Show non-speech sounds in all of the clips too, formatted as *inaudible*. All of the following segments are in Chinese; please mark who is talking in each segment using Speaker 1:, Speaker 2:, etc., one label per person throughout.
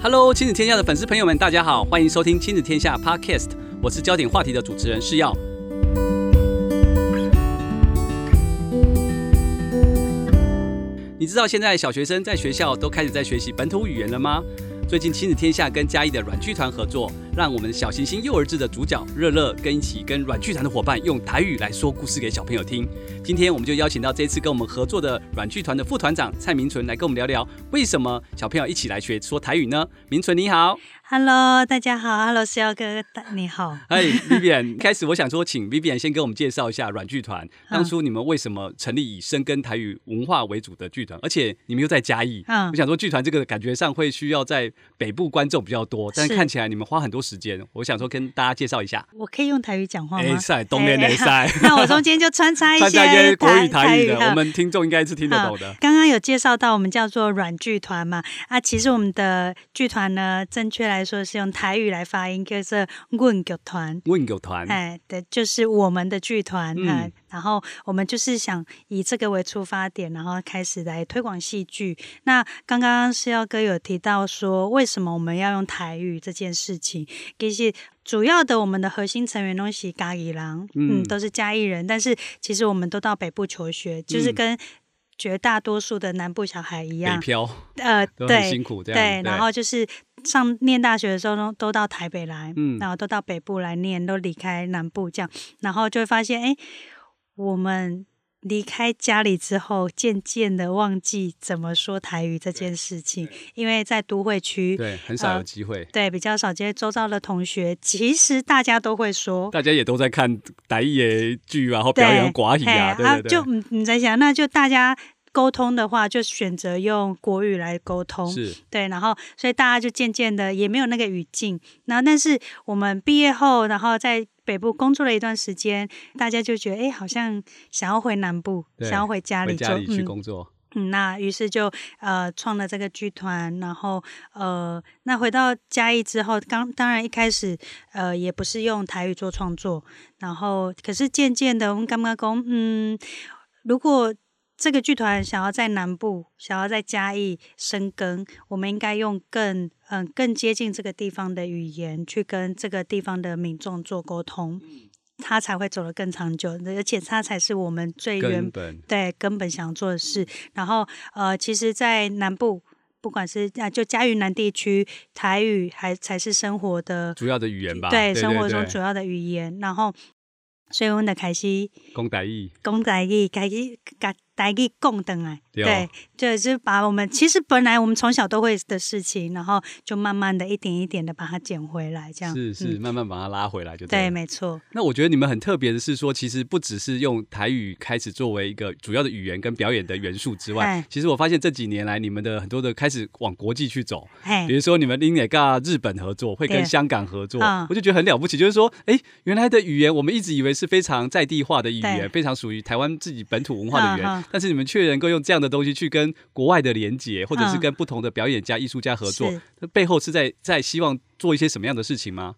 Speaker 1: Hello，亲子天下的粉丝朋友们，大家好，欢迎收听亲子天下 Podcast，我是焦点话题的主持人施耀。你知道现在小学生在学校都开始在学习本土语言了吗？最近亲子天下跟嘉义的软剧团合作，让我们小行星幼儿志的主角乐乐跟一起跟软剧团的伙伴用台语来说故事给小朋友听。今天我们就邀请到这次跟我们合作的软剧团的副团长蔡明纯来跟我们聊聊，为什么小朋友一起来学说台语呢？明纯你 *laughs* 好，
Speaker 2: Hello，大家好，Hello，石啊耀哥，大你好。
Speaker 1: 哎，Vivian，开始我想说，请 Vivian 先给我们介绍一下软剧团，当初你们为什么成立以深耕台语文化为主的剧团，而且你们又在嘉义，
Speaker 2: 嗯
Speaker 1: 我想说剧团这个感觉上会需要在北部观众比较多，但
Speaker 2: 是
Speaker 1: 看起来你们花很多时间，我想说跟大家介绍一下。
Speaker 2: 我可以用台语讲话
Speaker 1: 哎
Speaker 2: 吗？
Speaker 1: 塞，东联联 *laughs* 赛，
Speaker 2: *laughs* 那我中间就穿
Speaker 1: *laughs*
Speaker 2: 插一
Speaker 1: 参
Speaker 2: 些
Speaker 1: 加一些国语台语的，嗯
Speaker 2: 哈
Speaker 1: 我们听众应该是听得懂的。
Speaker 2: 刚刚有介绍到我们叫做软剧团嘛，啊，其实我们的剧团呢，正确来说是用台语来发音，就是阮剧团。
Speaker 1: 问友团，
Speaker 2: 哎，对，就是我们的剧团
Speaker 1: 嗯
Speaker 2: 啊、呃然后我们就是想以这个为出发点，然后开始来推广戏剧。那刚刚是耀哥有提到说，为什么我们要用台语这件事情，其实。主要的我们的核心成员都是嘉义人，
Speaker 1: 嗯
Speaker 2: 嗯，都是嘉义人，但是其实我们都到北部求学，就是
Speaker 1: 嗯
Speaker 2: 跟绝大多数的南部小孩一
Speaker 1: 北
Speaker 2: 样，
Speaker 1: 漂
Speaker 2: 呃，
Speaker 1: 都很
Speaker 2: 对，
Speaker 1: 辛苦这
Speaker 2: 对
Speaker 1: 样，，
Speaker 2: 然后就是上念大学的时候呢，都到台北来，
Speaker 1: 嗯
Speaker 2: 然后都到北部来念，都离开南部这样，然后就会发现，哎，我们离开家里之后，渐渐的忘记怎么说台语这件事情，因为在都会区，
Speaker 1: 对，很少有
Speaker 2: 呃
Speaker 1: 机会。
Speaker 2: 对比较少接周遭的同学，其实大家都会说。
Speaker 1: 大家也都在看台语的剧啊，然后表演寡语啊，
Speaker 2: 嘿
Speaker 1: 对对对，
Speaker 2: 就嗯你在想，那就大家沟通的话，就选择用国语来沟通，
Speaker 1: 是
Speaker 2: 对，然后所以大家就渐渐的也没有那个语境。然后，但是我们毕业后，然后在北部工作了一段时间，大家就觉得，哎，好像想要回南部，
Speaker 1: 对
Speaker 2: 想要回家
Speaker 1: 回
Speaker 2: 里就，
Speaker 1: 家里去
Speaker 2: 嗯
Speaker 1: 工作，
Speaker 2: 嗯，那于是就呃创了这个剧团，然后呃，那回到嘉义之后，刚当然一开始呃也不是用台语做创作，然后可是渐渐的，我们刚刚讲，嗯，如果这个剧团想要在南部，想要在嘉义深耕，我们应该用更嗯、更接近这个地方的语言去跟这个地方的民众做沟通，它才会走得更长久，而且它才是我们最原
Speaker 1: 根本
Speaker 2: 对根本想做的事。然后呃，其实，在南部，不管是啊，就嘉云南地区，台语还才是生活的
Speaker 1: 主要的语言吧，对，
Speaker 2: 对生活
Speaker 1: 对
Speaker 2: 中
Speaker 1: 对
Speaker 2: 主要的语言。然后，所以我们的凯西
Speaker 1: 讲台语，
Speaker 2: 讲台语，凯西把台语讲回来，
Speaker 1: 对哦
Speaker 2: 对，就是把我们其实本来我们从小都会的事情，然后就慢慢的一点一点的把它捡回来，这样
Speaker 1: 是是，
Speaker 2: 嗯
Speaker 1: 慢慢把它拉回来就
Speaker 2: 对，
Speaker 1: 了。
Speaker 2: 没错，
Speaker 1: 那我觉得你们很特别的是说，其实不只是用台语开始作为一个主要的语言跟表演的元素之外
Speaker 2: 哎，
Speaker 1: 其实我发现这几年来，你们的很多的开始往国际去走，
Speaker 2: 嘿
Speaker 1: 比，如说你们 Lina 跟日本合作，会跟
Speaker 2: 嗯对
Speaker 1: 香港合作
Speaker 2: 嗯，
Speaker 1: 我就觉得很了不起。就是说，哎，原来的语言我们一直以为是非常在地化的语言，
Speaker 2: 对
Speaker 1: 非常属于台湾自己本土文化的语
Speaker 2: 嗯
Speaker 1: 言
Speaker 2: 嗯，
Speaker 1: 但是你们却能够用这样的东西去跟国外的连接，或者是
Speaker 2: 嗯
Speaker 1: 跟不同的表演家、艺术家合作
Speaker 2: 是，
Speaker 1: 那背后是在在希望做一些什么样的事情吗？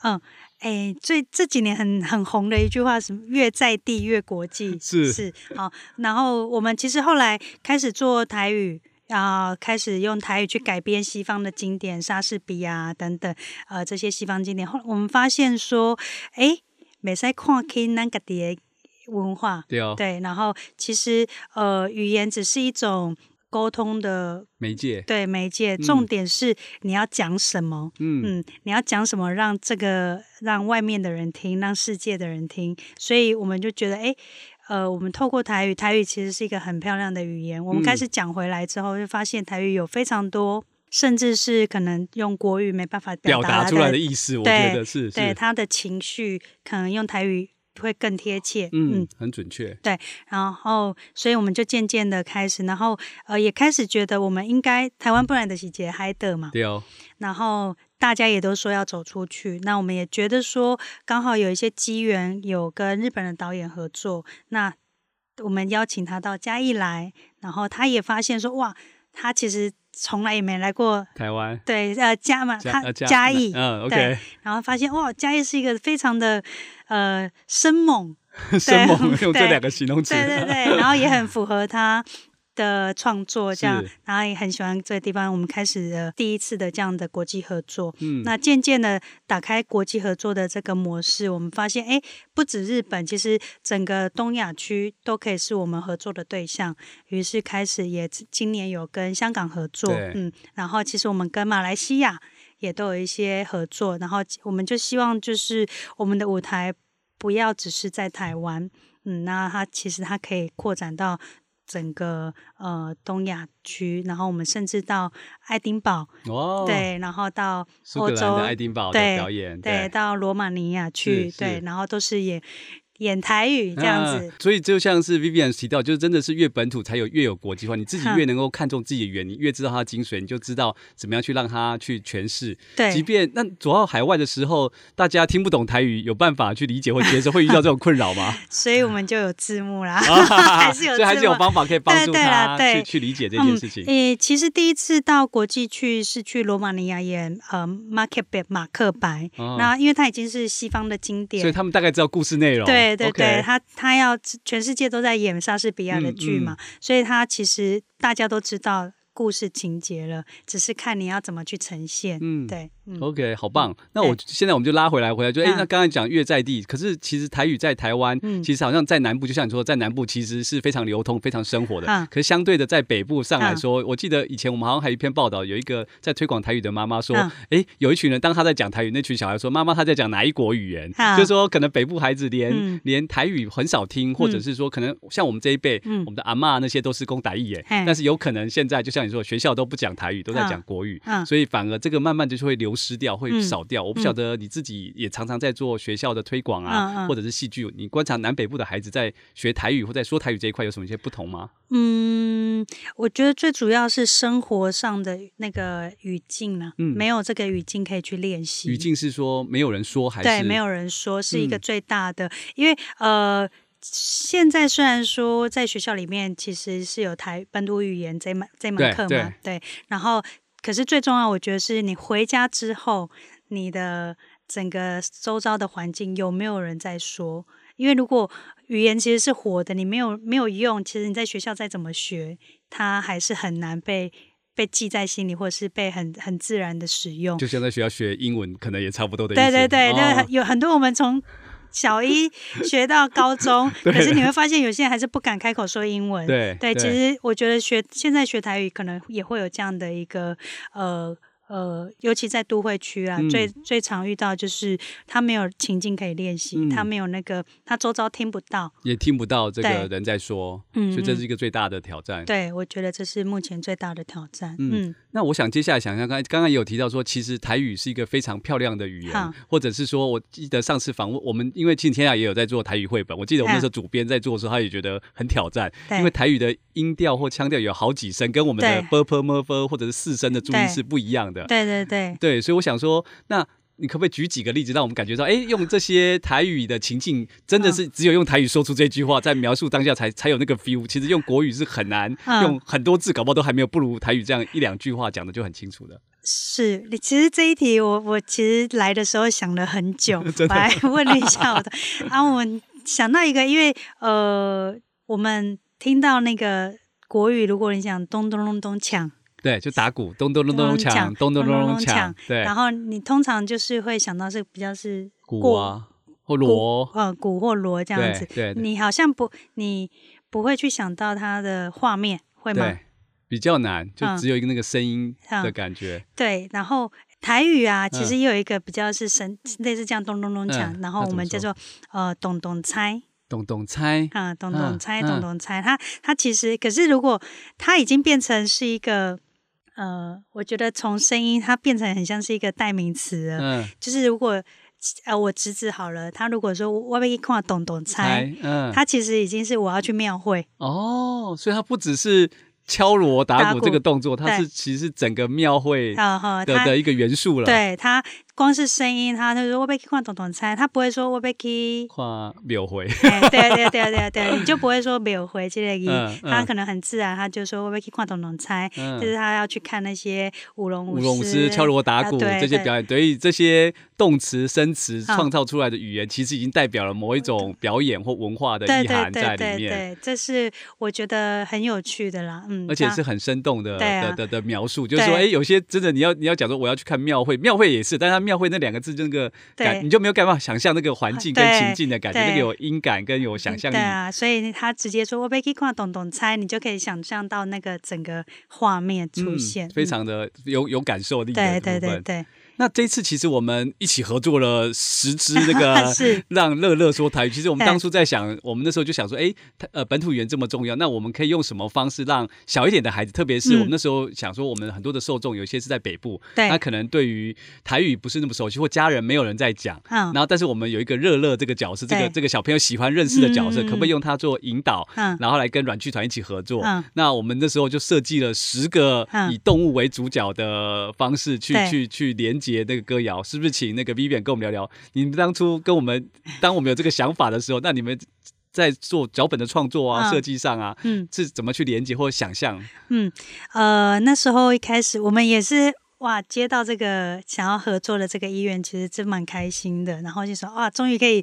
Speaker 2: 哎，最这几年很很红的一句话，什么越在地越国
Speaker 1: *laughs*
Speaker 2: 际，
Speaker 1: 是
Speaker 2: 是好。然后我们其实后来开始做台语。啊、开始用台语去改编西方的经典，莎士比亚等等，呃，这些西方经典。后来我们发现说，哎，美在看起咱家己的文化，
Speaker 1: 对哦，
Speaker 2: 对，然后其实呃，语言只是一种沟通的
Speaker 1: 媒介，
Speaker 2: 对媒介，
Speaker 1: 嗯
Speaker 2: 重点是你要讲什么。
Speaker 1: 嗯，
Speaker 2: 嗯，你要讲什么让这个让外面的人听，让世界的人听，所以我们就觉得，哎，呃，我们透过台语，台语其实是一个很漂亮的语言。我们
Speaker 1: 嗯
Speaker 2: 开始讲回来之后，就发现台语有非常多，甚至是可能用国语没办法
Speaker 1: 表
Speaker 2: 达
Speaker 1: 达出来的意思，我觉得是
Speaker 2: 对
Speaker 1: 是，
Speaker 2: 他的情绪，可能用台语会更贴切。
Speaker 1: 嗯，很准确，
Speaker 2: 然后，所以我们就渐渐的开始，然后呃，也开始觉得我们应该台湾不然的季节嗨的嘛，
Speaker 1: 对哦，
Speaker 2: 然后大家也都说要走出去，那我们也觉得说刚好有一些机缘，有跟日本的导演合作，那我们邀请他到嘉义来，然后他也发现说哇，他其实从来也没来过，
Speaker 1: 台湾
Speaker 2: 对，呃，嘉嘛，
Speaker 1: 加
Speaker 2: 他
Speaker 1: 呃加
Speaker 2: 嘉义，
Speaker 1: 嗯
Speaker 2: 对
Speaker 1: ，OK，
Speaker 2: 然后发现哇，嘉义是一个非常的呃生猛，
Speaker 1: *laughs* 生猛用这
Speaker 2: 对
Speaker 1: 两个形容词，
Speaker 2: 对对对，然后也很符合他的创作这样
Speaker 1: 是，
Speaker 2: 然后也很喜欢这个地方，我们开始了第一次的这样的国际合作。
Speaker 1: 嗯，
Speaker 2: 那渐渐的打开国际合作的这个模式，我们发现，哎，不止日本，其实整个东亚区都可以是我们合作的对象。于是开始也今年有跟香港合作
Speaker 1: 对，
Speaker 2: 嗯，然后其实我们跟马来西亚也都有一些合作，然后我们就希望就是我们的舞台不要只是在台湾，嗯，那它其实它可以扩展到。整个呃东亚区，然后我们甚至到爱丁堡，
Speaker 1: 哦，，
Speaker 2: 对，然后到
Speaker 1: 苏格兰
Speaker 2: 欧
Speaker 1: 的
Speaker 2: 洲
Speaker 1: 爱丁堡的
Speaker 2: 对
Speaker 1: 表演，
Speaker 2: 对，到罗马尼亚去，
Speaker 1: 是
Speaker 2: 对
Speaker 1: 是，
Speaker 2: 然后都是演演台语这样子
Speaker 1: 啊，所以就像是 Vivian 提到，就是真的是越本土才有越有国际化，你自己
Speaker 2: 哼
Speaker 1: 越能够看重自己的语言，你越知道它的精髓，你就知道怎么样去让它去诠释。即
Speaker 2: 对，
Speaker 1: 便那走到海外的时候，大家听不懂台语，有办法去理解或接受，会遇到这种困扰吗？
Speaker 2: 所以我们就有字幕啦，
Speaker 1: 啊
Speaker 2: *laughs* 还是有
Speaker 1: 所以还是
Speaker 2: 字
Speaker 1: 有
Speaker 2: 幕
Speaker 1: 方法可以帮
Speaker 2: 对
Speaker 1: 助
Speaker 2: 对
Speaker 1: 他
Speaker 2: 啦
Speaker 1: 去
Speaker 2: 对
Speaker 1: 去理解这件
Speaker 2: 嗯
Speaker 1: 事情，。
Speaker 2: 诶、其实第一次到国际去是去罗马尼亚演呃《Market b 马克白》
Speaker 1: 哦
Speaker 2: 嗯那因为它已经是西方的经典
Speaker 1: 所以，他们大概知道故事内容。
Speaker 2: 对对
Speaker 1: OK 嗯
Speaker 2: 对，他他要全世界都在演莎士比亚的剧嘛，所以他其实大家都知道故事情节了，只是看你要怎么去呈现。
Speaker 1: 嗯
Speaker 2: 对，嗯，
Speaker 1: OK，好棒。那我
Speaker 2: 对
Speaker 1: 现在我们就拉回来，回来就哎、
Speaker 2: 嗯
Speaker 1: 那刚才讲越在地，可是其实台语在台湾，
Speaker 2: 嗯
Speaker 1: 其实好像在南部，就像你说，在南部其实是非常流通、非常生活的。
Speaker 2: 嗯
Speaker 1: 可是相对的，在北部上来
Speaker 2: 嗯
Speaker 1: 说，我记得以前我们好像还有一篇报道，有一个在推广台语的妈妈说，哎、
Speaker 2: 嗯
Speaker 1: 有一群人当他在讲台语，那群小孩说，妈妈他在讲哪一国语言？
Speaker 2: 嗯
Speaker 1: 就是说可能北部孩子连、
Speaker 2: 嗯
Speaker 1: 连台语很少听，或者是说可能像我们这一辈，
Speaker 2: 嗯
Speaker 1: 我们的阿嬷那些都是公台语耶，
Speaker 2: 嘿
Speaker 1: 但是有可能现在就像你说，学校都不讲台语，都在
Speaker 2: 嗯
Speaker 1: 讲国语。
Speaker 2: 嗯
Speaker 1: 所以反而这个慢慢就是会流失掉，会
Speaker 2: 嗯
Speaker 1: 少掉。我不晓得你自己也常常在做学校的推广啊，
Speaker 2: 嗯嗯
Speaker 1: 或者是戏剧，你观察南北部的孩子在学台语或在说台语这一块有什么一些不同吗？
Speaker 2: 嗯，我觉得最主要是生活上的那个语境呢、
Speaker 1: 嗯
Speaker 2: 没有这个语境可以去练习。
Speaker 1: 语境是说没有人说还是
Speaker 2: 对，没有人说是一个
Speaker 1: 嗯
Speaker 2: 最大的，因为呃。现在虽然说在学校里面其实是有台本土语言这一门这一
Speaker 1: 对
Speaker 2: 门课嘛，对，然后可是最重要，我觉得是你回家之后，你的整个周遭的环境有没有人在说？因为如果语言其实是活的，你没有没有用，其实你在学校再怎么学，它还是很难被被记在心里，或者是被很很自然的使用。
Speaker 1: 就像在学校学英文，可能也差不多的意
Speaker 2: 对
Speaker 1: 思。
Speaker 2: 对对，那、
Speaker 1: 哦
Speaker 2: 很有很多我们从小一学到
Speaker 1: *laughs*
Speaker 2: 高中，可是你会发现有些人还是不敢开口说英文。
Speaker 1: 对
Speaker 2: 对，其实我觉得学现在学台语可能也会有这样的一个呃。呃，尤其在都会区啊，
Speaker 1: 嗯
Speaker 2: 最最常遇到就是他没有情境可以练习，
Speaker 1: 嗯
Speaker 2: 他没有那个，他周遭听不到。
Speaker 1: 也听不到这个
Speaker 2: 对
Speaker 1: 人在说，
Speaker 2: 嗯
Speaker 1: 所以这是一个最大的挑战。
Speaker 2: 对，我觉得这是目前最大的挑战。
Speaker 1: 嗯
Speaker 2: 嗯，
Speaker 1: 那我想接下来想想看，刚刚也有提到说，其实台语是一个非常漂亮的语言
Speaker 2: 好，
Speaker 1: 或者是说，我记得上次访问我们，因为庆天雅也有在做台语绘本，我记得我们那
Speaker 2: 嗯
Speaker 1: 时候主编在做的时候，他也觉得很挑战，
Speaker 2: 对
Speaker 1: 因为台语的音调或腔调有好几声，跟我们的 b
Speaker 2: 对
Speaker 1: p m f 或者是四声的注音
Speaker 2: 对
Speaker 1: 是不一样的。
Speaker 2: 对对对，
Speaker 1: 对，所以我想说，那你可不可以举几个例子，让我们感觉到，哎，用这些台语的情境，真
Speaker 2: 嗯
Speaker 1: 的是只有用台语说出这句话，在描述当下才才有那个 feel。其实用国语是很难，
Speaker 2: 嗯
Speaker 1: 用很多字，搞不好都还没有不如台语这样一两句话讲的就很清楚的。
Speaker 2: 是，你其实这一题我我其实来的时候想了
Speaker 1: *laughs*
Speaker 2: 很久，我还问了一下我的啊，我想到一个，因为呃，我们听到那个国语，如果你想咚咚咚咚锵，
Speaker 1: 对，就打鼓，咚咚咚咚锵，咚咚咚咚锵，对，
Speaker 2: 然后你通常就是会想到是比较是
Speaker 1: 鼓
Speaker 2: 过
Speaker 1: 啊，或
Speaker 2: 鼓
Speaker 1: 锣，
Speaker 2: 呃鼓或锣这样
Speaker 1: 对
Speaker 2: 子，
Speaker 1: 对对
Speaker 2: 你好像不你不会去想到它的画面，会吗？
Speaker 1: 对，比较难，就
Speaker 2: 嗯
Speaker 1: 只有一个那个声音的
Speaker 2: 嗯
Speaker 1: 感觉。
Speaker 2: 对，然后台语啊，其
Speaker 1: 嗯
Speaker 2: 实也有一个比较是神，类似这样咚咚咚锵，
Speaker 1: 嗯
Speaker 2: 然后
Speaker 1: 那
Speaker 2: 我
Speaker 1: 怎
Speaker 2: 们
Speaker 1: 么
Speaker 2: 叫
Speaker 1: 说
Speaker 2: 做呃咚咚猜
Speaker 1: 咚咚猜，
Speaker 2: 啊，咚
Speaker 1: 嗯
Speaker 2: 咚猜，
Speaker 1: 嗯
Speaker 2: 咚咚猜。它它其实可是如果它已经变成是一个呃，我觉得从声音它变成很像是一个代名词了，
Speaker 1: 嗯，
Speaker 2: 就是如果呃我侄子好了，他如果说我被一看咚咚猜，
Speaker 1: 猜，嗯，
Speaker 2: 他其实已经是我要去庙会，
Speaker 1: 哦，所以它不只是敲锣打
Speaker 2: 打
Speaker 1: 鼓
Speaker 2: 鼓
Speaker 1: 这个动作，它
Speaker 2: 对
Speaker 1: 是其实整个庙会
Speaker 2: 然后
Speaker 1: 的
Speaker 2: 啊他
Speaker 1: 的一个元素了。
Speaker 2: 对他光是声音，他就说我被去看董董猜，他不会说我被去。
Speaker 1: 跨秒回，
Speaker 2: *laughs* 哎对对对对啊对，你就不会说没有回这个音，
Speaker 1: 嗯嗯
Speaker 2: 他可能很自然，他就说我被去看董董猜，
Speaker 1: 嗯
Speaker 2: 就是他要去看那些舞龙
Speaker 1: 舞
Speaker 2: 舞
Speaker 1: 龙舞狮、敲锣打鼓
Speaker 2: 啊对
Speaker 1: 这些表演，所以这些动词、生词
Speaker 2: 嗯
Speaker 1: 创造出来的语言，其实已经代表了某一种表演或文化的
Speaker 2: 对
Speaker 1: 意
Speaker 2: 对
Speaker 1: 涵在
Speaker 2: 对
Speaker 1: 里
Speaker 2: 对
Speaker 1: 面，
Speaker 2: 对，这是我觉得很有趣的啦，嗯，
Speaker 1: 而且
Speaker 2: 那
Speaker 1: 是很生动的
Speaker 2: 对啊
Speaker 1: 的的的描述。就是说，哎，
Speaker 2: 对
Speaker 1: 有些真的你要你要讲说我要去看庙会，庙会也是，但是它庙会那两个字就那个感，
Speaker 2: 对
Speaker 1: 你就没有办法想象那个环境跟
Speaker 2: 对
Speaker 1: 情境的感觉，
Speaker 2: 对
Speaker 1: 那个有音感跟有想
Speaker 2: 嗯
Speaker 1: 象力
Speaker 2: 对。啊，所以他直接说“我被去看懂懂猜”，你就可以想象到那个整个画面出
Speaker 1: 嗯
Speaker 2: 现，
Speaker 1: 非
Speaker 2: 嗯
Speaker 1: 常的有有感受力的
Speaker 2: 对
Speaker 1: 部分。
Speaker 2: 对对对，
Speaker 1: 那这一次其实我们一起合作了十支那个
Speaker 2: *laughs* 是，
Speaker 1: *laughs* 让乐乐说台语。其实我们
Speaker 2: 对
Speaker 1: 当初在想，我们那时候就想说，哎，它呃，本土语言这么重要，那我们可以用什么方式让小一点的孩子，特别是我
Speaker 2: 嗯
Speaker 1: 们那时候想说，我们很多的受众有些是在北部，
Speaker 2: 对
Speaker 1: 那可能对于台语不是那么熟悉，或家人没有人在讲。
Speaker 2: 嗯
Speaker 1: 然后，但是我们有一个乐乐这个角色，这个
Speaker 2: 对
Speaker 1: 这个小朋友喜欢认识的角色，
Speaker 2: 嗯嗯嗯
Speaker 1: 可不可以用它做引导？
Speaker 2: 嗯
Speaker 1: 然后来跟软剧团一起合作。
Speaker 2: 嗯
Speaker 1: 那我们那时候就设计了十个
Speaker 2: 嗯
Speaker 1: 以动物为主角的方式去、
Speaker 2: 对
Speaker 1: 去去连接那个歌谣，是不是？请那个 Vivian 跟我们聊聊，你们当初跟我们，当我们有这个想法的时候，那你们在做脚本的创作啊、
Speaker 2: 嗯
Speaker 1: 设计上啊，
Speaker 2: 嗯
Speaker 1: 是怎么去连接或想象？
Speaker 2: 嗯，呃，那时候一开始我们也是。哇，接到这个想要合作的这个意愿，其实真蛮开心的。然后就说，哇，终于可以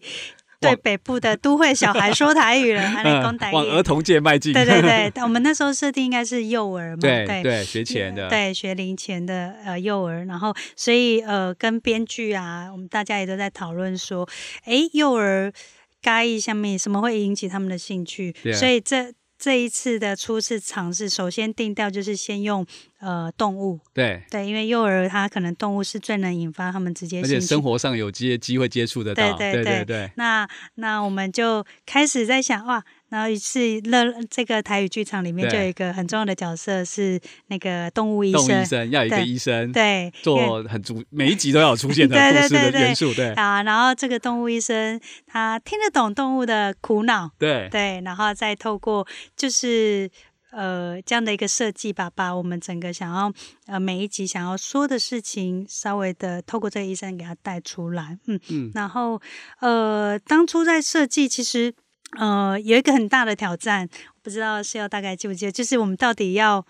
Speaker 2: 对
Speaker 1: 往
Speaker 2: 北部的都会小孩说台语了，
Speaker 1: *laughs*
Speaker 2: 还能讲台
Speaker 1: 嗯往儿
Speaker 2: 语。
Speaker 1: 童界迈进。*laughs*
Speaker 2: 对对对，但我们那时候设定应该是幼儿嘛，
Speaker 1: 对
Speaker 2: 对
Speaker 1: 对学前的。
Speaker 2: 嗯对学龄前的呃幼儿，然后所以呃跟编剧啊，我们大家也都在讨论说，诶，幼儿该意下面什么会引起他们的兴趣
Speaker 1: Yeah
Speaker 2: 所以这这一次的初次尝试，首先定调就是先用呃动物，
Speaker 1: 对
Speaker 2: 对，因为幼儿他可能动物是最能引发他们直接
Speaker 1: 而
Speaker 2: 兴
Speaker 1: 且
Speaker 2: 趣
Speaker 1: 生活上有接机会接触得到。对
Speaker 2: 对对
Speaker 1: 对
Speaker 2: 对
Speaker 1: 对
Speaker 2: 那那我们就开始在想哇，然后于是乐这个台语剧场里面就
Speaker 1: 对
Speaker 2: 有一个很重要的角色是那个动物医
Speaker 1: 动物医
Speaker 2: 生，
Speaker 1: 生要有一个
Speaker 2: 对
Speaker 1: 医生。
Speaker 2: 对，因为
Speaker 1: 做很主，每一集都要有出现的
Speaker 2: 对对
Speaker 1: 故事的
Speaker 2: 对对
Speaker 1: 元素，对
Speaker 2: 啊，然后这个动物医生他听得懂动物的苦恼，
Speaker 1: 对
Speaker 2: 对，然后再透过就是呃这样的一个设计吧，把我们整个想要呃每一集想要说的事情，稍微的透过这个医生给他带出来，嗯
Speaker 1: 嗯
Speaker 2: 然后呃当初在设计其实呃有一个很大的挑战，不知道是要大概记不记得，就是我们到底要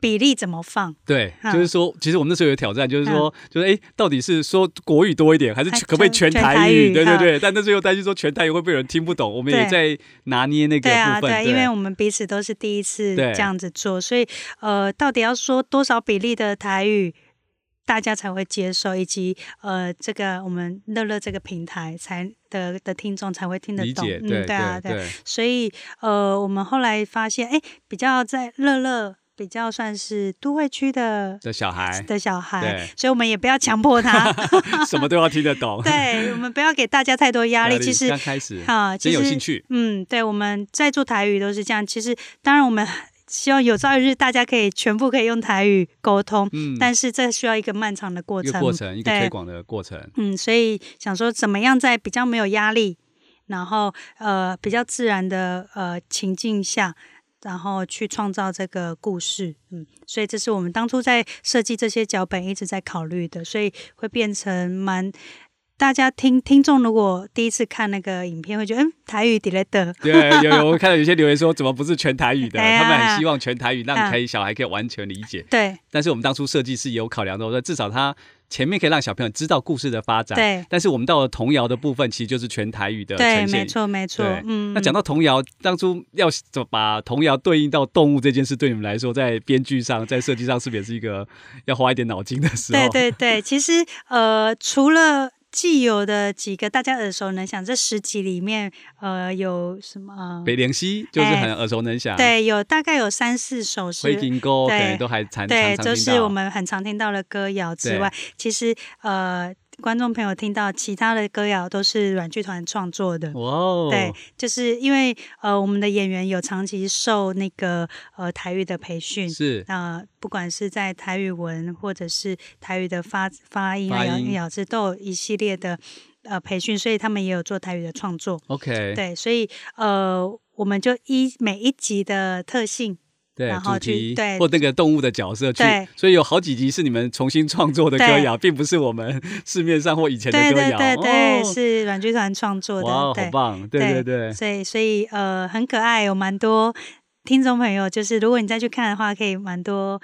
Speaker 2: 比例怎么放。
Speaker 1: 对，
Speaker 2: 啊
Speaker 1: 就是说，其实我们那时候有挑战，就是说，就是哎，到底是说国语多一点，还是
Speaker 2: 嗯还
Speaker 1: 全可不可以全
Speaker 2: 全
Speaker 1: 台
Speaker 2: 全台语
Speaker 1: 对对
Speaker 2: 啊
Speaker 1: 对，但那时候又担心说全台语会不会有人听不懂，我们也在
Speaker 2: 对
Speaker 1: 拿捏那个
Speaker 2: 对啊，
Speaker 1: 部分，
Speaker 2: 对，因为我们彼此都是第一次
Speaker 1: 对
Speaker 2: 这样子做，所以呃，到底要说多少比例的台语，大家才会接受，以及呃，这个我们乐乐这个平台才的的听众才会听得
Speaker 1: 理
Speaker 2: 懂，
Speaker 1: 解，
Speaker 2: 嗯，
Speaker 1: 对
Speaker 2: 对啊，
Speaker 1: 对对
Speaker 2: 所以呃，我们后来发现，哎，比较在乐乐比较算是都会区的
Speaker 1: 的小孩
Speaker 2: 的小孩
Speaker 1: 对，
Speaker 2: 所以我们也不要强
Speaker 1: *laughs*
Speaker 2: 迫他，
Speaker 1: 什么都要听得懂， *laughs*
Speaker 2: 对，我们不要给大家太多压力，其实
Speaker 1: 刚开始
Speaker 2: 好，其
Speaker 1: 真
Speaker 2: 实
Speaker 1: 有兴趣，
Speaker 2: 嗯，对，我们在做台语都是这样。其实，当然我们 *laughs* 希望有朝一日大家可以全部可以用台语沟通，
Speaker 1: 嗯，
Speaker 2: 但是这需要一个漫长的过
Speaker 1: 一
Speaker 2: 程。
Speaker 1: 个过程，一个
Speaker 2: 对
Speaker 1: 推广的过程，
Speaker 2: 嗯，所以想说怎么样在比较没有压力，然后呃比较自然的呃情境下。然后去创造这个故事，嗯，所以这是我们当初在设计这些脚本一直在考虑的，所以会变成蛮大家听听众如果第一次看那个影片会觉得，嗯，台语 d e l e t
Speaker 1: 对，有有我看到有些留言说怎么不是全台语
Speaker 2: *laughs*
Speaker 1: 的，
Speaker 2: 哎
Speaker 1: 他们很
Speaker 2: 呀
Speaker 1: 希望全台语，让
Speaker 2: 嗯
Speaker 1: 可以小孩可以完全理解，
Speaker 2: 对
Speaker 1: 但是我们当初设计是有考量的，说至少他前面可以让小朋友知道故事的发展。
Speaker 2: 对
Speaker 1: 但是我们到了童谣的部分，其实就是全台语的
Speaker 2: 对，
Speaker 1: 呈
Speaker 2: 没
Speaker 1: 现。
Speaker 2: 错没错
Speaker 1: 对，
Speaker 2: 嗯，
Speaker 1: 那讲
Speaker 2: 到
Speaker 1: 到童谣，当初要怎么把童谣对应到动物这件事，对你们来说，在编剧上、在设计上，是不是也是一个要花一点脑筋的时候？
Speaker 2: 对对对，其实呃，除了既有的几个大家耳熟能详，这十集里面呃有什么？
Speaker 1: 北
Speaker 2: 呃、
Speaker 1: 联西就是很耳熟能详，，
Speaker 2: 对，有大概有三四首是
Speaker 1: 灰金沟可
Speaker 2: 对
Speaker 1: 能都还常常
Speaker 2: 对，
Speaker 1: 常
Speaker 2: 就
Speaker 1: 听
Speaker 2: 是我
Speaker 1: 到。
Speaker 2: 们很常听到的歌谣之
Speaker 1: 对
Speaker 2: 外，其实呃，观众朋友听到其他的歌谣都是软剧团创作的。
Speaker 1: 哇哦，
Speaker 2: 对，就是因为呃，我们的演员有长期受那个呃台语的培训，
Speaker 1: 是
Speaker 2: 那、不管是在台语文或者是台语的发发音
Speaker 1: 发
Speaker 2: 啊、咬
Speaker 1: 音
Speaker 2: 咬字，都有一系列的呃培训，所以他们也有做台语的创作。
Speaker 1: OK，
Speaker 2: 对，所以呃，我们就依每一集的特性，
Speaker 1: 对
Speaker 2: 然
Speaker 1: 主
Speaker 2: 后
Speaker 1: 题
Speaker 2: 去对
Speaker 1: 或那个动物的角色去
Speaker 2: 对，
Speaker 1: 所以有好几集是你们重新创作的歌
Speaker 2: 对
Speaker 1: 谣，并不是我们 *laughs* 市面上或以前的
Speaker 2: 对
Speaker 1: 歌
Speaker 2: 对
Speaker 1: 谣。
Speaker 2: 对对，
Speaker 1: 哦
Speaker 2: 是软剧团创作的，
Speaker 1: 哇哦，
Speaker 2: 对
Speaker 1: 好棒！欸对对对，
Speaker 2: 所以所以呃很可爱，有蛮多听众朋友，就是如果你再去看的话，可以蛮多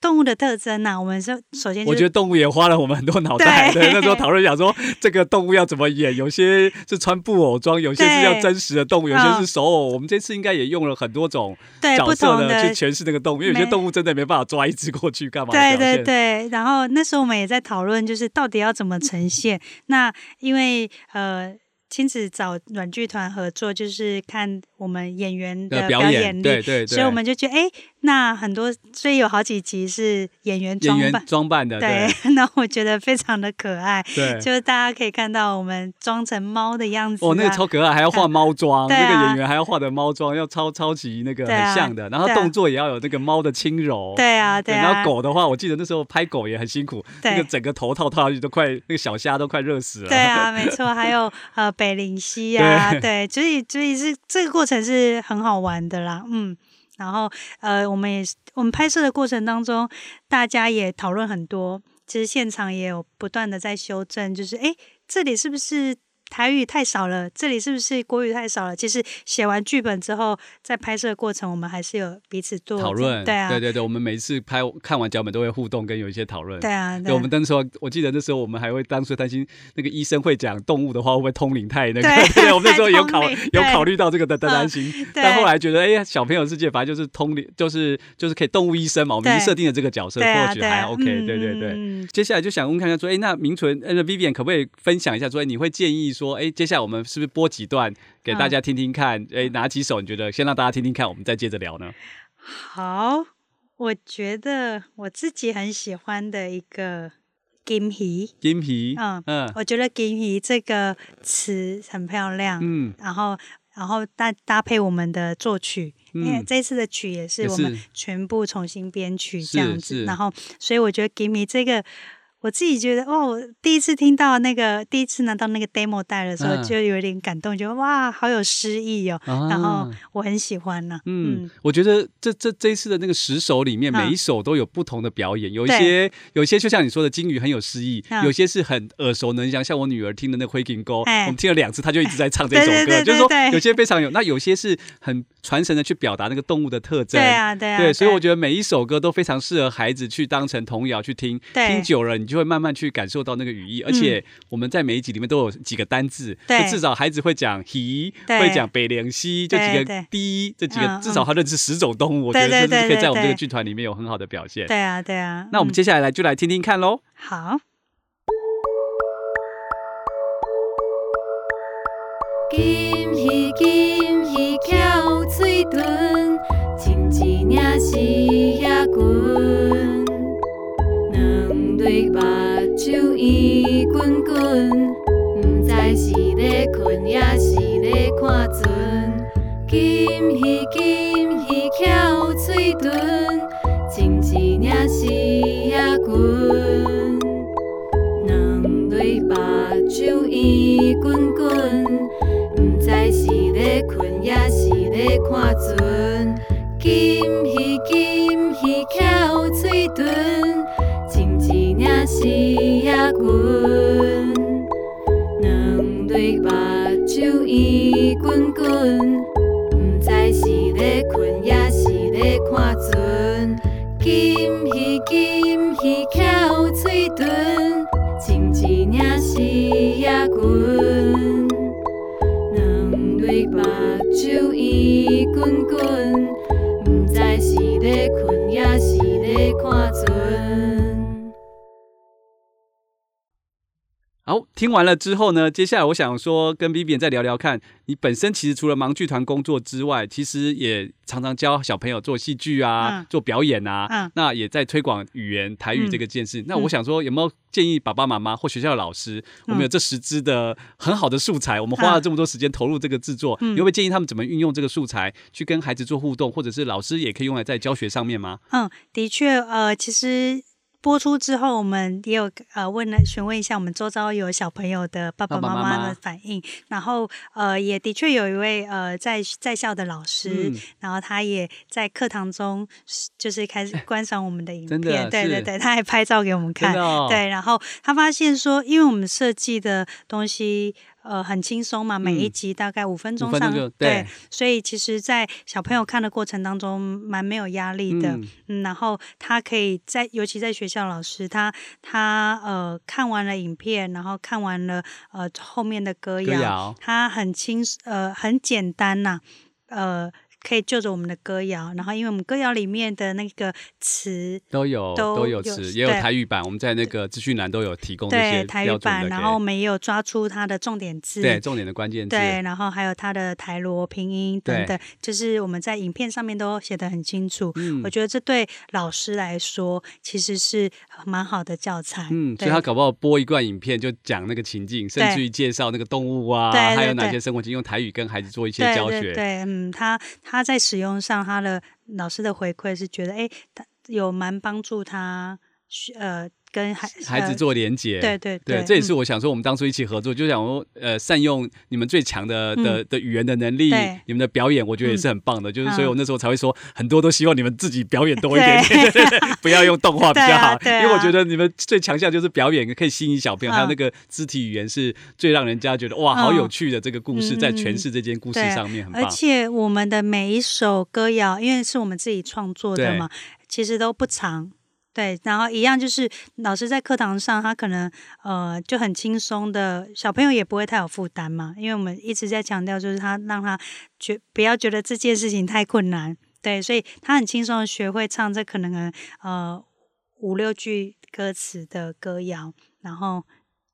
Speaker 2: 动物的特征呐、我们是首先、就是，
Speaker 1: 我觉得动物也花了我们很多脑袋。
Speaker 2: 对
Speaker 1: *laughs* 对，那时候讨论想说这个动物要怎么演，有些是穿布偶装，有些是要
Speaker 2: 对
Speaker 1: 真实的动物，有些
Speaker 2: 嗯
Speaker 1: 是手偶。我们这次应该也用了很多种
Speaker 2: 对
Speaker 1: 角
Speaker 2: 不
Speaker 1: 色
Speaker 2: 同
Speaker 1: 呢
Speaker 2: 的
Speaker 1: 去诠释那个动物，因为有些
Speaker 2: 没
Speaker 1: 动物真的没办法抓一只过去干嘛的
Speaker 2: 对
Speaker 1: 表
Speaker 2: 对
Speaker 1: 现。
Speaker 2: 对，然后那时候我们也在讨论，就是到底要怎么呈现。那因为呃，亲子找软剧团合作，就是看我们演员
Speaker 1: 呃
Speaker 2: 的
Speaker 1: 表
Speaker 2: 表
Speaker 1: 演
Speaker 2: 演力，
Speaker 1: 对对对
Speaker 2: 所以我们就觉得，哎，那很多，所以有好几集是演员
Speaker 1: 演
Speaker 2: 装
Speaker 1: 员
Speaker 2: 扮，
Speaker 1: 装扮的，
Speaker 2: 对 *laughs*
Speaker 1: 对，
Speaker 2: 那我觉得非常的可爱，
Speaker 1: 对。
Speaker 2: 就是大家可以看到我们装成猫的样子、啊，
Speaker 1: 哦，那个超可爱，还要画猫妆，
Speaker 2: 对
Speaker 1: 那个
Speaker 2: 啊
Speaker 1: 演员还要画的猫妆，要超超级那个
Speaker 2: 对啊
Speaker 1: 很像的，然后
Speaker 2: 对啊
Speaker 1: 动作也要有那个猫的轻柔。
Speaker 2: 对啊对
Speaker 1: 对然
Speaker 2: 啊，
Speaker 1: 后狗的话，我记得那时候拍狗也很辛苦，那
Speaker 2: 对
Speaker 1: 个整个头套套下去都快，那个小虾都快热死 *laughs* 了。
Speaker 2: 对啊，没错，还有呃北灵溪啊，
Speaker 1: 对
Speaker 2: *laughs* 对，所以所以是这个过程是很好玩的啦，嗯。然后呃，我们也是我们拍摄的过程当中，大家也讨论很多，其实现场也有不断的在修正，就是诶，这里是不是台语太少了？这里是不是国语太少了？其实写完剧本之后，在拍摄的过程，我们还是有彼此做
Speaker 1: 讨论，
Speaker 2: 对啊，
Speaker 1: 对对对，我们每一次拍看完脚本都会互动，跟有一些讨论。
Speaker 2: 对啊，
Speaker 1: 对，我们那时候我记得那时候我们还会当初担心那个医生会讲动物的话会不会通灵太那个， *laughs*
Speaker 2: 对
Speaker 1: 我们那时候有
Speaker 2: 太
Speaker 1: 考
Speaker 2: 通灵
Speaker 1: 有
Speaker 2: 对嗯
Speaker 1: 考虑到这个的的担心，但
Speaker 2: 对
Speaker 1: 后来觉得哎呀，小朋友世界反正就是通灵，就是就是可以动物医生嘛，我们已经
Speaker 2: 对
Speaker 1: 设定了这个角色，
Speaker 2: 对啊
Speaker 1: 或许
Speaker 2: 对
Speaker 1: 还
Speaker 2: 啊
Speaker 1: OK，
Speaker 2: 嗯
Speaker 1: 对对对。
Speaker 2: 嗯嗯
Speaker 1: 接下来就想问看看说，哎，那明纯呃那 Vivian 可不可以分享一下说，哎你会建议说，哎，接下来我们是不是播几段给大
Speaker 2: 嗯
Speaker 1: 家听听看？哎、哪几首你觉得先让大家听听看，我们再接着聊呢？
Speaker 2: 好，我觉得我自己很喜欢的一个金鱼，
Speaker 1: 金皮，
Speaker 2: 嗯
Speaker 1: 嗯
Speaker 2: 我觉得金鱼这个词很漂亮，
Speaker 1: 嗯，
Speaker 2: 然后然后搭搭配我们的作曲，因为
Speaker 1: 嗯
Speaker 2: 这次的曲也是
Speaker 1: 也
Speaker 2: 我们
Speaker 1: 是
Speaker 2: 全部重新编曲
Speaker 1: 是
Speaker 2: 这样
Speaker 1: 是
Speaker 2: 子，然后所以我觉得金鱼这个。我自己觉得，哦，我第一次听到那个，第一次拿到那个 demo 带的时候，
Speaker 1: 嗯
Speaker 2: 就有点感动，觉得哇，好有诗意哦。
Speaker 1: 啊
Speaker 2: 然后我很喜欢呢、
Speaker 1: 嗯，我觉得这这这一次的那个十首里面，
Speaker 2: 嗯
Speaker 1: 每一首都有不同的表演，有一
Speaker 2: 对
Speaker 1: 些有一些就像你说的金鱼很有诗意，
Speaker 2: 嗯
Speaker 1: 有些是很耳熟能详，像我女儿听的那《灰金沟》，
Speaker 2: 哎
Speaker 1: 我们听了两次，她就一直在唱这首歌，
Speaker 2: 对对对
Speaker 1: 就是说
Speaker 2: 对对
Speaker 1: 有些非常有，那有些是很传神的去表达那个动物的特征。
Speaker 2: 对啊，对啊，
Speaker 1: 对，所以我
Speaker 2: 对
Speaker 1: 觉得每一首歌都非常适合孩子去当成童谣去听，
Speaker 2: 对嗯
Speaker 1: 听久了你就会慢慢去感受到那个语义。而且我们在每一集里面都有几个单字，
Speaker 2: 对
Speaker 1: 就至少孩子会讲 he，
Speaker 2: 对
Speaker 1: 会讲北凉西，这
Speaker 2: 对
Speaker 1: 几个
Speaker 2: 对
Speaker 1: d 这几个，
Speaker 2: 嗯
Speaker 1: 至少他认识十种动物。我觉
Speaker 2: 对
Speaker 1: 得
Speaker 2: 对
Speaker 1: 这是可以
Speaker 2: 对
Speaker 1: 在我们这个
Speaker 2: 对
Speaker 1: 剧团里面有很好的表现。
Speaker 2: 对啊，对啊。
Speaker 1: 那我们
Speaker 2: 嗯
Speaker 1: 接下来就来听听看喽。
Speaker 2: 好，
Speaker 3: 金鱼金鱼翘嘴唇，穿一领丝仔裙，两对目睭圆滚滚，毋知是咧困还是咧看船。金鱼金鱼翘嘴唇，穿一领丝仔裙，两对目睭圆滚滚。毋知是咧困，还是咧看船。金鱼，金鱼翘嘴唇，穿一领丝仔裙，两对目睭圆滚滚，毋知是咧困，还是咧看船。金鱼，金鱼翘嘴唇，穿一领丝仔裙。两蕊目睭圆滚滚，毋知是咧困，还是咧看船。
Speaker 1: 好，听完了之后呢，接下来我想说跟 B B 再聊聊看，你本身其实除了忙剧团工作之外，其实也常常教小朋友做戏剧啊，
Speaker 2: 嗯
Speaker 1: 做表演啊，
Speaker 2: 嗯
Speaker 1: 那也在推广语言台语
Speaker 2: 嗯
Speaker 1: 这个件事。那我想说，有没有建议爸爸妈妈或学校的老师，我们有这十支的很好的素材，我们花了
Speaker 2: 嗯
Speaker 1: 这么多时间投入这个制作，
Speaker 2: 嗯
Speaker 1: 你会不会建议他们怎么运用这个素材去跟孩子做互动，或者是老师也可以用来在教学上面吗？
Speaker 2: 嗯，的确，呃，其实。播出之后，我们也有呃问了询问一下我们周遭有小朋友的爸爸
Speaker 1: 爸爸
Speaker 2: 妈
Speaker 1: 妈
Speaker 2: 妈
Speaker 1: 妈
Speaker 2: 的反应，然后呃也的确有一位呃在在校的老师，
Speaker 1: 嗯
Speaker 2: 然后他也在课堂中是就是开始观赏我们的影
Speaker 1: 真的
Speaker 2: 片，对对
Speaker 1: 是
Speaker 2: 对，他还拍照给我们
Speaker 1: 真
Speaker 2: 看
Speaker 1: 的、，哦，
Speaker 2: 对，然后他发现说，因为我们设计的东西。呃，很轻松嘛，每一
Speaker 1: 嗯
Speaker 2: 集大概五分钟
Speaker 1: 分
Speaker 2: 上，
Speaker 1: 钟就
Speaker 2: 对
Speaker 1: 对
Speaker 2: 所以其实，在小朋友看的过程当中，蛮没有压力的。
Speaker 1: 嗯
Speaker 2: 嗯，然后他可以在，尤其在学校，老师他他呃看完了影片，然后看完了呃后面的歌
Speaker 1: 歌
Speaker 2: 谣，
Speaker 1: 谣，
Speaker 2: 他很轻呃很简单呐、呃可以就着我们的歌谣，然后因为我们歌谣里面的那个词
Speaker 1: 都有
Speaker 2: 都
Speaker 1: 有
Speaker 2: 有
Speaker 1: 词，
Speaker 2: 词
Speaker 1: 也有
Speaker 2: 对
Speaker 1: 台语版，我们在那个资讯栏都有提供这
Speaker 2: 对
Speaker 1: 些
Speaker 2: 台
Speaker 1: 标
Speaker 2: 语
Speaker 1: 准
Speaker 2: 版，
Speaker 1: 的
Speaker 2: 然
Speaker 1: 给
Speaker 2: 后我们也有抓出它的重点字，
Speaker 1: 对重点的关键字，
Speaker 2: 对，然后还有它的台罗拼音
Speaker 1: 对
Speaker 2: 等等，就是我们在影片上面都写得很清楚。
Speaker 1: 嗯
Speaker 2: 我觉得这对老师来说其实是蛮好的教材。
Speaker 1: 嗯，所
Speaker 2: 对
Speaker 1: 以他搞不好播一段影片就讲那个情境，甚
Speaker 2: 对
Speaker 1: 至于介绍那个动物啊，
Speaker 2: 对对
Speaker 1: 还有哪
Speaker 2: 对
Speaker 1: 些生活经，用台语跟孩子做一些
Speaker 2: 对
Speaker 1: 教学，
Speaker 2: 对对，嗯，他他在使用上，他的老师的回馈是觉得，哎，他有蛮帮助他学，呃，跟孩
Speaker 1: 孩子
Speaker 2: 呃
Speaker 1: 做连结，
Speaker 2: 对对
Speaker 1: 对，
Speaker 2: 对
Speaker 1: 这也是
Speaker 2: 嗯
Speaker 1: 我想说，我们当初一起合作，就想说，呃，善用你们最强的的的语言的能力
Speaker 2: 嗯对，嗯
Speaker 1: 你们的表演，我觉得也是很棒的。就是，所以我那时候才会说，很多都希望你们自己表演多一点点， *laughs* 不要用动画比较好，
Speaker 2: 对啊对啊
Speaker 1: 因为我觉得你们最强项就是表演，可以吸引小朋友，还有
Speaker 2: 嗯
Speaker 1: 那个肢体语言是最让人家觉得哇，好有趣的这个故事，
Speaker 2: 嗯
Speaker 1: 在诠释这件故事
Speaker 2: 对
Speaker 1: 上面很
Speaker 2: 而
Speaker 1: 棒。
Speaker 2: 且我们的每一首歌谣，因为是我们自己创作的
Speaker 1: 对
Speaker 2: 嘛，其实都不长。对，然后一样就是老师在课堂上，他可能呃就很轻松的，小朋友也不会太有负担嘛，因为我们一直在强调，就是他让他觉不要觉得这件事情太困难，对，所以他很轻松的学会唱这可能呃五六句歌词的歌谣，然后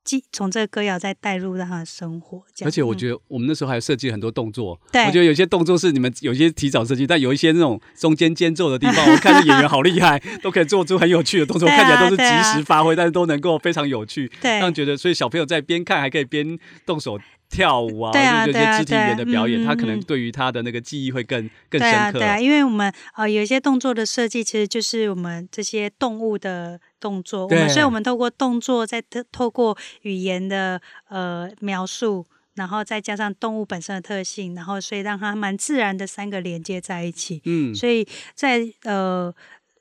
Speaker 2: 记从这个歌谣再带入到他的生活，这样。
Speaker 1: 而且我
Speaker 2: 嗯
Speaker 1: 觉得我们那时候还设计很多动作，
Speaker 2: 对
Speaker 1: 我觉得有些动作是你们有些提早设计，但有一些那种中间间奏的地方，我看着演员好厉
Speaker 2: *laughs*
Speaker 1: 害，都可以做出很有趣的动作，
Speaker 2: 对啊
Speaker 1: 看起来都是
Speaker 2: 对啊
Speaker 1: 即时发挥，但是都能够非常有趣，
Speaker 2: 对
Speaker 1: 让觉得所以小朋友在边看还可以边动手跳舞啊，
Speaker 2: 对啊
Speaker 1: 或者有
Speaker 2: 对
Speaker 1: 些
Speaker 2: 啊
Speaker 1: 肢体语言的表演，
Speaker 2: 对啊嗯
Speaker 1: 他可能
Speaker 2: 嗯嗯
Speaker 1: 对于他的那个记忆会更更
Speaker 2: 对
Speaker 1: 深
Speaker 2: 啊，
Speaker 1: 刻。
Speaker 2: 对啊，因为我们呃有一些动作的设计，其实就是我们这些动物的动作，我们所
Speaker 1: 对
Speaker 2: 以我们透过动作，再透透过语言的呃描述，然后再加上动物本身的特性，然后所以让它蛮自然的三个连接在一起，
Speaker 1: 嗯，
Speaker 2: 所以在呃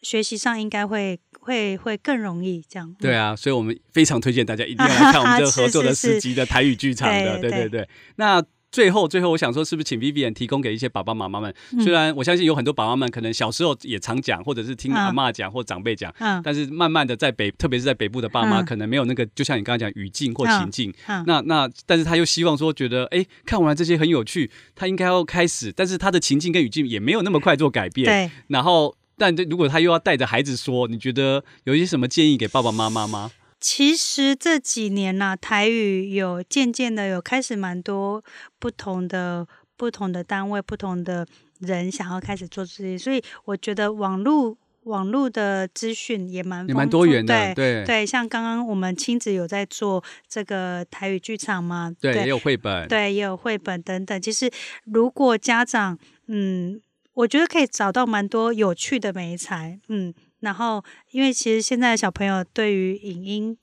Speaker 2: 学习上应该会会会更容易这样。
Speaker 1: 对啊，所以我们非常推荐大家一定要来看我
Speaker 2: *laughs*
Speaker 1: 们这合作的
Speaker 2: 嗯是是
Speaker 1: 十集的台语剧场的，
Speaker 2: 是
Speaker 1: 对
Speaker 2: 对
Speaker 1: 对对。那最后最后，我想说，是不是请 Vivian 提供给一些爸爸妈妈们？
Speaker 2: 嗯
Speaker 1: 虽然我相信有很多爸爸妈妈们可能小时候也常讲，或者是听
Speaker 2: 嗯
Speaker 1: 阿嬷讲或长辈讲，
Speaker 2: 嗯，
Speaker 1: 但是慢慢的在北，特别是在北部的爸妈，
Speaker 2: 嗯
Speaker 1: 可能没有那个，就像你刚刚讲语境或
Speaker 2: 嗯
Speaker 1: 情境。
Speaker 2: 嗯
Speaker 1: 那那，但是他又希望说，觉得哎、诶看完这些很有趣，他应该要开始，但是他的情境跟语境也没有那么快做改变。
Speaker 2: 对。
Speaker 1: 然后，但如果他又要带着孩子说，你觉得有一些什么建议给爸爸妈妈吗？
Speaker 2: 其实这几年呐、台语有渐渐的有开始蛮多不同的不同的单位、不同的人想要开始做这些，所以我觉得网络网络的资讯也蛮
Speaker 1: 也蛮
Speaker 2: 丰
Speaker 1: 多
Speaker 2: 富
Speaker 1: 元的，
Speaker 2: 对
Speaker 1: 对
Speaker 2: 对，像刚刚我们亲子有在做这个台语剧场嘛，
Speaker 1: 对也有绘本，
Speaker 2: 对，也有绘本等等。其实如果家长，嗯，我觉得可以找到蛮多有趣的美材，嗯。然后，因为其实现在的小朋友对于影音，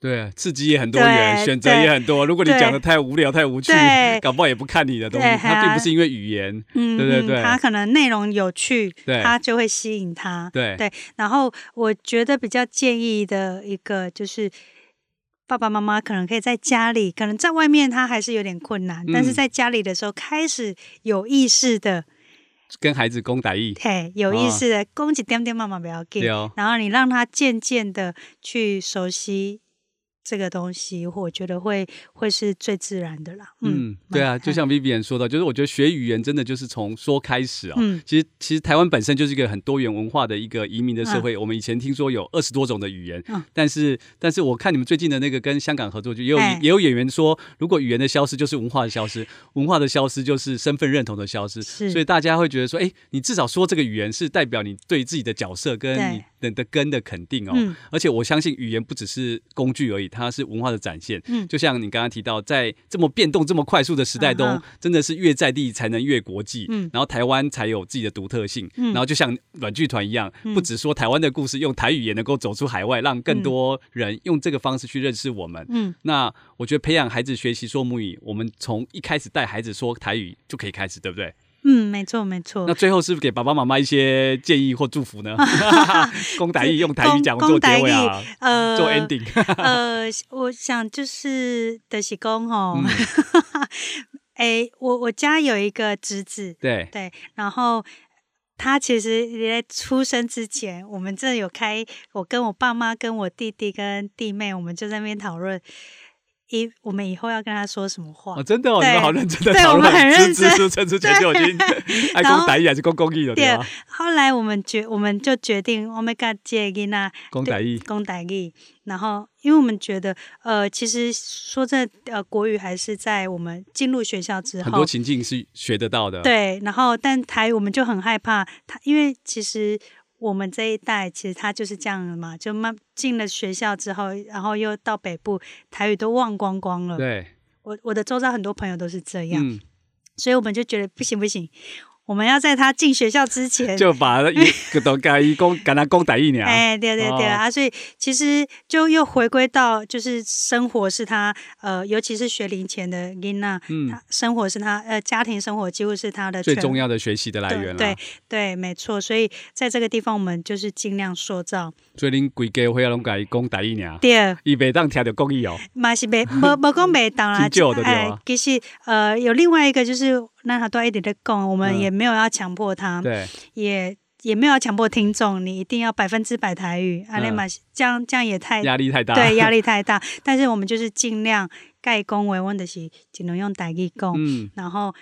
Speaker 1: 对刺激也很多元，
Speaker 2: 对
Speaker 1: 选择也很多。如果你
Speaker 2: 对
Speaker 1: 讲的太无聊、太无趣
Speaker 2: 对，
Speaker 1: 搞不好也不看你的东西。
Speaker 2: 对
Speaker 1: 它并
Speaker 2: 还
Speaker 1: 不是因为语言，
Speaker 2: 嗯，
Speaker 1: 对对
Speaker 2: 嗯
Speaker 1: 对
Speaker 2: 他可能内容有趣
Speaker 1: 对，
Speaker 2: 他就会吸引他。
Speaker 1: 对
Speaker 2: 然后我觉得比较建议的一个就是，爸爸妈妈可能可以在家里，可能在外面他还是有点困难，但是
Speaker 1: 嗯
Speaker 2: 在家里的时候开始有意识的，
Speaker 1: 跟孩子攻打意，
Speaker 2: 嘿，有
Speaker 1: 哦
Speaker 2: 意识的攻击点点妈妈不要给
Speaker 1: 对，哦，
Speaker 2: 然后你让他渐渐的去熟悉这个东西，我觉得会会是最自然的啦。
Speaker 1: 嗯
Speaker 2: 嗯，，
Speaker 1: 对啊，
Speaker 2: 蛮
Speaker 1: 就像 Vivian 说的，就是我觉得学语言真的就是从说开始啊。
Speaker 2: 嗯
Speaker 1: 其实其实台湾本身就是一个很多元文化的一个移民的社会，我们以前听说有二十多种的语言，
Speaker 2: 嗯
Speaker 1: 但是但是我看你们最近的那个跟香港合作剧，也有
Speaker 2: 哎
Speaker 1: 也有演员说，如果语言的消失就是文化的消失，文化的消失就是身份认同的消失，
Speaker 2: 是
Speaker 1: 所以大家会觉得说，哎，你至少说这个语言是代表你对自己的角色跟
Speaker 2: 对
Speaker 1: 你的的根的肯定哦。
Speaker 2: 嗯
Speaker 1: 而且我相信语言不只是工具而已，它是文化的展现。
Speaker 2: 嗯
Speaker 1: 就像你刚刚提到，在这么变动、这么快速的时代中，
Speaker 2: 嗯哼
Speaker 1: 真的是越在地才能越国际，
Speaker 2: 嗯
Speaker 1: 然后台湾才有自己的独特性。
Speaker 2: 嗯
Speaker 1: 然后就像软剧团一样，
Speaker 2: 嗯
Speaker 1: 不只说台湾的故事，用台语也能够走出海外，让更多人用这个方式去认识我们。
Speaker 2: 嗯
Speaker 1: 那我觉得培养孩子学习说母语，我们从一开始带孩子说台语就可以开始，对不对？
Speaker 2: 嗯，没错没错
Speaker 1: 那。最后是不是给爸爸妈妈一些建议或祝福
Speaker 2: *laughs*
Speaker 1: 呢？ *laughs* 公台语用台语讲
Speaker 2: 公
Speaker 1: 做结尾啊
Speaker 2: 公台语，呃，
Speaker 1: 做 ending。 *laughs*
Speaker 2: *laughs* 呃，我想就是的是公
Speaker 1: 嗯，
Speaker 2: 吼 *laughs* 哎、我我家有一个侄子，
Speaker 1: 对，
Speaker 2: 对，然后他其实也在出生之前，我们这有开，我跟我爸妈、跟我弟弟、跟弟妹，我们就在那边讨论，以我们以后要跟他说什么话。
Speaker 1: 哦，真的哦，你
Speaker 2: 对
Speaker 1: 们好认真的
Speaker 2: 对
Speaker 1: 讨
Speaker 2: 我
Speaker 1: 论，
Speaker 2: 们很认
Speaker 1: 支持
Speaker 2: 真
Speaker 1: 支持，全就
Speaker 2: *laughs*
Speaker 1: 已经爱
Speaker 2: 然
Speaker 1: 公
Speaker 2: 后
Speaker 1: 台语还是公公益了，对吧？啊
Speaker 2: 后来我们决，我们就决定，我们跟这个囡仔
Speaker 1: 公台语，
Speaker 2: 公台语，然后因为我们觉得，呃，其实说真的，呃，国语还是在我们进入学校之
Speaker 1: 很多
Speaker 2: 后，
Speaker 1: 情境是学得到的。，
Speaker 2: 对，然后但台语我们就很害怕他，因为其实我们这一代其实他就是这样的嘛，就慢进了学校之后，然后又到北部，台语都忘光光了。
Speaker 1: 对，
Speaker 2: 我我的周遭很多朋友都是这样，
Speaker 1: 嗯，
Speaker 2: 所以我们就觉得不行不行，我们要在他进学校之前
Speaker 1: *laughs* 就把个都改一公，改他公台语呢。
Speaker 2: *laughs* 哎，对对对、
Speaker 1: 哦
Speaker 2: 啊，所以其实就又回归到就是生活是他呃，尤其是学龄前的囡娜，
Speaker 1: 嗯
Speaker 2: 他生活是他呃家庭生活几乎是他的
Speaker 1: 最
Speaker 2: 全
Speaker 1: 重要的学习的来
Speaker 2: 对
Speaker 1: 源了
Speaker 2: 对。对，没错。所以在这个地方，我们就是尽量塑造。
Speaker 1: 所以恁规家伙拢改公台语呢，
Speaker 2: 第二，
Speaker 1: 伊袂当听着公益哦。
Speaker 2: 嘛是没没没讲没
Speaker 1: *laughs*
Speaker 2: 当啦
Speaker 1: 挺旧的，对
Speaker 2: 哎
Speaker 1: 吧，
Speaker 2: 其实呃有另外一个就是，那他都一直在讲，我们
Speaker 1: 嗯
Speaker 2: 也没有要强迫他，
Speaker 1: 对，
Speaker 2: 也也没有要强迫听众，你一定要百分之百台语，啊，那
Speaker 1: 嗯
Speaker 2: 嘛是这样这样也太
Speaker 1: 压力太大。
Speaker 2: 哎对，压力太大。但是我们就是尽量盖恭维，问的是只能用台语讲。
Speaker 1: 嗯，
Speaker 2: 然后，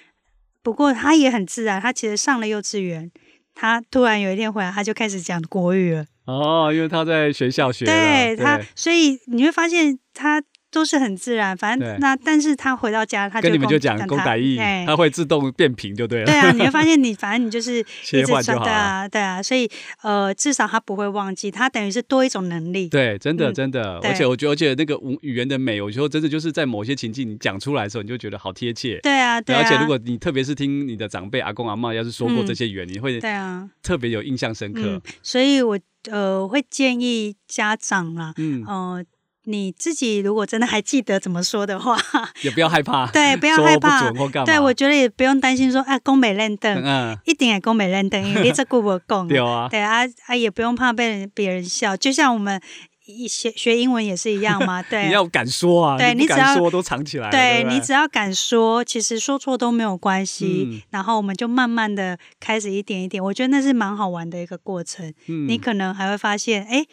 Speaker 2: 不过他也很自然，他其实上了幼稚园，他突然有一天回来，他就开始讲国语了。
Speaker 1: 哦，因为他在学校学了。对
Speaker 2: 他，所以你会发现他。都是很自然，反
Speaker 1: 对
Speaker 2: 正那但是他回到家，他就
Speaker 1: 跟你们就讲公
Speaker 2: 公
Speaker 1: 台语，
Speaker 2: 哎
Speaker 1: 它会自动变平就对了。
Speaker 2: 对啊，你会发现你反正你就是
Speaker 1: *laughs* 切
Speaker 2: 一直
Speaker 1: 换就
Speaker 2: 转
Speaker 1: 好
Speaker 2: 对
Speaker 1: 了
Speaker 2: 啊，对啊，所以呃，至少他不会忘记，他等于是多一种能力。
Speaker 1: 对，真的
Speaker 2: 嗯
Speaker 1: 真的，而
Speaker 2: 对
Speaker 1: 且我觉得，而且那个语语言的美，我觉得真的就是在某些情境你讲出来的时候，你就觉得好贴切。
Speaker 2: 对啊，对啊，
Speaker 1: 而且如果你特别是听你的长辈阿公阿嬷要是说过
Speaker 2: 嗯
Speaker 1: 这些语言，你会
Speaker 2: 对啊，
Speaker 1: 特别有印象深刻
Speaker 2: 嗯。，所以我呃会建议家长啦，
Speaker 1: 嗯，
Speaker 2: 呃，你自己如果真的还记得怎么说的话， *laughs*
Speaker 1: 也不要害怕，
Speaker 2: 对，不要
Speaker 1: 说
Speaker 2: 害
Speaker 1: 不
Speaker 2: 怕
Speaker 1: 准，或干嘛。
Speaker 2: 对我觉得也不用担心说啊，宫美
Speaker 1: *laughs*
Speaker 2: 认
Speaker 1: 嗯
Speaker 2: 凳，
Speaker 1: 嗯，
Speaker 2: 一定也宫美认凳，因为你这顾我讲
Speaker 1: 对啊，
Speaker 2: 对啊啊，也不用怕被人别人笑，就像我们一学学英文也是一样
Speaker 1: *laughs*
Speaker 2: 嘛，对
Speaker 1: 你。要敢说啊，
Speaker 2: 对
Speaker 1: 你
Speaker 2: 你
Speaker 1: 不
Speaker 2: 只
Speaker 1: 敢
Speaker 2: 要
Speaker 1: 说都藏起来了。
Speaker 2: 对
Speaker 1: 对不对
Speaker 2: 你只要敢说，其实说错都没有关系。
Speaker 1: 嗯
Speaker 2: 然后我们就慢慢的开始一点一点，我觉得那是蛮好玩的一个过程。
Speaker 1: 嗯
Speaker 2: 你可能还会发现，哎、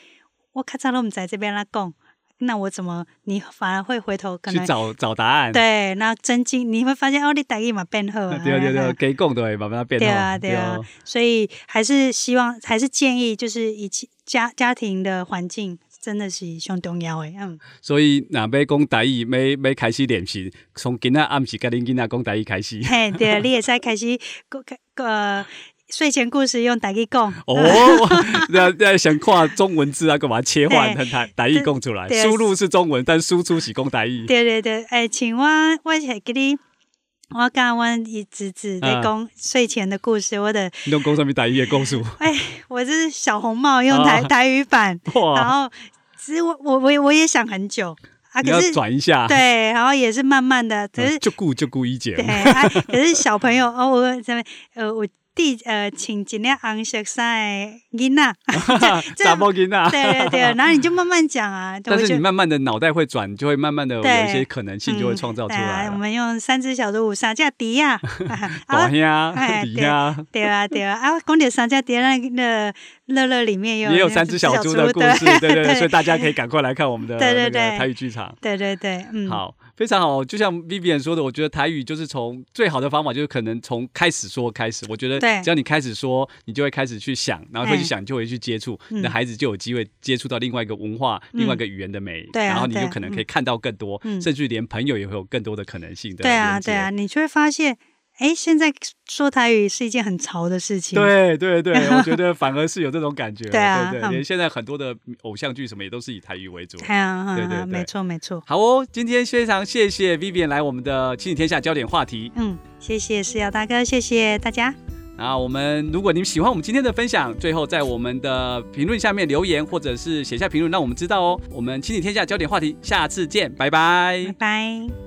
Speaker 2: 我卡扎都姆在这边拉贡，那我怎么你反而会回头可
Speaker 1: 去
Speaker 2: 能
Speaker 1: 找找答案。，
Speaker 2: 对，那增进你会发现哦，你打一嘛变好啊
Speaker 1: *laughs* 对对
Speaker 2: 哎
Speaker 1: 对，
Speaker 2: 哎
Speaker 1: 给共的慢慢变
Speaker 2: 对
Speaker 1: 好哦
Speaker 2: 啊对啊，所以还是希望还是建议就是以及家家庭的环境真的是上重要的，
Speaker 1: *laughs*
Speaker 2: 嗯，
Speaker 1: 所以若要讲台语，要要开始练习，从今仔暗时甲恁囡仔讲台语开始。
Speaker 2: 嘿，对，啊你也在开始呃睡前故事用打一讲。
Speaker 1: *laughs*
Speaker 2: *laughs*
Speaker 1: 哦，那那想看中文字啊，干嘛切换
Speaker 2: 对
Speaker 1: 成台台语讲出来？
Speaker 2: 对
Speaker 1: 输入是中文，但输出是讲台语。
Speaker 2: 对对对，哎、请问我会给你，我甲阮一侄子在
Speaker 1: 啊
Speaker 2: 讲睡前的故事，我的
Speaker 1: 你用讲什么台语的故
Speaker 2: *laughs*
Speaker 1: 事？
Speaker 2: 哎，我这是小红帽用台、
Speaker 1: 哦
Speaker 2: *laughs* 台语版，然
Speaker 1: 哇，
Speaker 2: 后其实我我我也我也想很久啊，
Speaker 1: 你
Speaker 2: 可
Speaker 1: 要
Speaker 2: 是
Speaker 1: 转一下。 *laughs*
Speaker 2: 对，然后也是慢慢的，可是、
Speaker 1: 嗯，就顾就顾一姐
Speaker 2: 对，。啊，可是小朋友哦，我这边呃我。弟呃，请尽量红色衫的囡仔，
Speaker 1: *laughs*
Speaker 2: *laughs* 这
Speaker 1: 杂毛囡啊。
Speaker 2: 对对
Speaker 1: *laughs*
Speaker 2: 对，然后你就慢慢讲啊。
Speaker 1: 但
Speaker 2: 我
Speaker 1: 是
Speaker 2: 就
Speaker 1: 你慢慢的脑袋会转，就会慢慢的有
Speaker 2: 对
Speaker 1: 一些可能性，就会创造出
Speaker 2: 嗯对
Speaker 1: 来
Speaker 2: 啊。我
Speaker 1: 了。
Speaker 2: 们用三只小猪舞三架迪
Speaker 1: *laughs*
Speaker 2: 呀，
Speaker 1: 大
Speaker 2: 啊，
Speaker 1: 兄啊，*laughs*
Speaker 2: 哎
Speaker 1: 李
Speaker 2: 对
Speaker 1: 呀，
Speaker 2: 对啊对啊，啊，公点三架迪那个乐乐里面有
Speaker 1: 也有三只小猪的故事，对
Speaker 2: *laughs*
Speaker 1: 对对，所以大家可以赶快来看我们的
Speaker 2: 对
Speaker 1: 那
Speaker 2: 对
Speaker 1: 个
Speaker 2: 对
Speaker 1: 台语剧场。
Speaker 2: 对对对，嗯，
Speaker 1: 好，非常好。就像 Vivian 说的，我觉得台语就是从最好的方法，就是可能从开始说开始。我觉得
Speaker 2: 对
Speaker 1: 只要你开始说，你就会开始去想，然后会去
Speaker 2: 哎
Speaker 1: 想，就会去接触，你的
Speaker 2: 嗯啊
Speaker 1: 孩子就有机会接触到另外一个文化、另外一个语言的美，
Speaker 2: 对啊
Speaker 1: 然后你
Speaker 2: 对
Speaker 1: 就
Speaker 2: 啊
Speaker 1: 可能
Speaker 2: 嗯
Speaker 1: 可以看到更多，
Speaker 2: 嗯
Speaker 1: 甚至连朋友也会有更多的可能性的
Speaker 2: 对啊
Speaker 1: 连接
Speaker 2: 对啊，，你就会发现，哎，现在说台语是一件很潮的事情。
Speaker 1: 对对对，
Speaker 2: *laughs*
Speaker 1: 我觉得反而是有这种感觉，
Speaker 2: 对啊
Speaker 1: 对对，
Speaker 2: 嗯
Speaker 1: 连现在很多的偶像剧什么也都是以台语为主。
Speaker 2: 哎呀，
Speaker 1: 对对对
Speaker 2: 嗯嗯没错没错。
Speaker 1: 好哦，今天非常谢谢 Vivian 来我们的《亲子天下》焦点话题。
Speaker 2: 嗯，谢谢石瑶大哥，谢谢大家。
Speaker 1: 那我们如果你们喜欢我们今天的分享，最后在我们的评论下面留言，或者是写下评论，让我们知道哦。我们《亲子天下》焦点话题，下次见，拜拜
Speaker 2: 拜拜。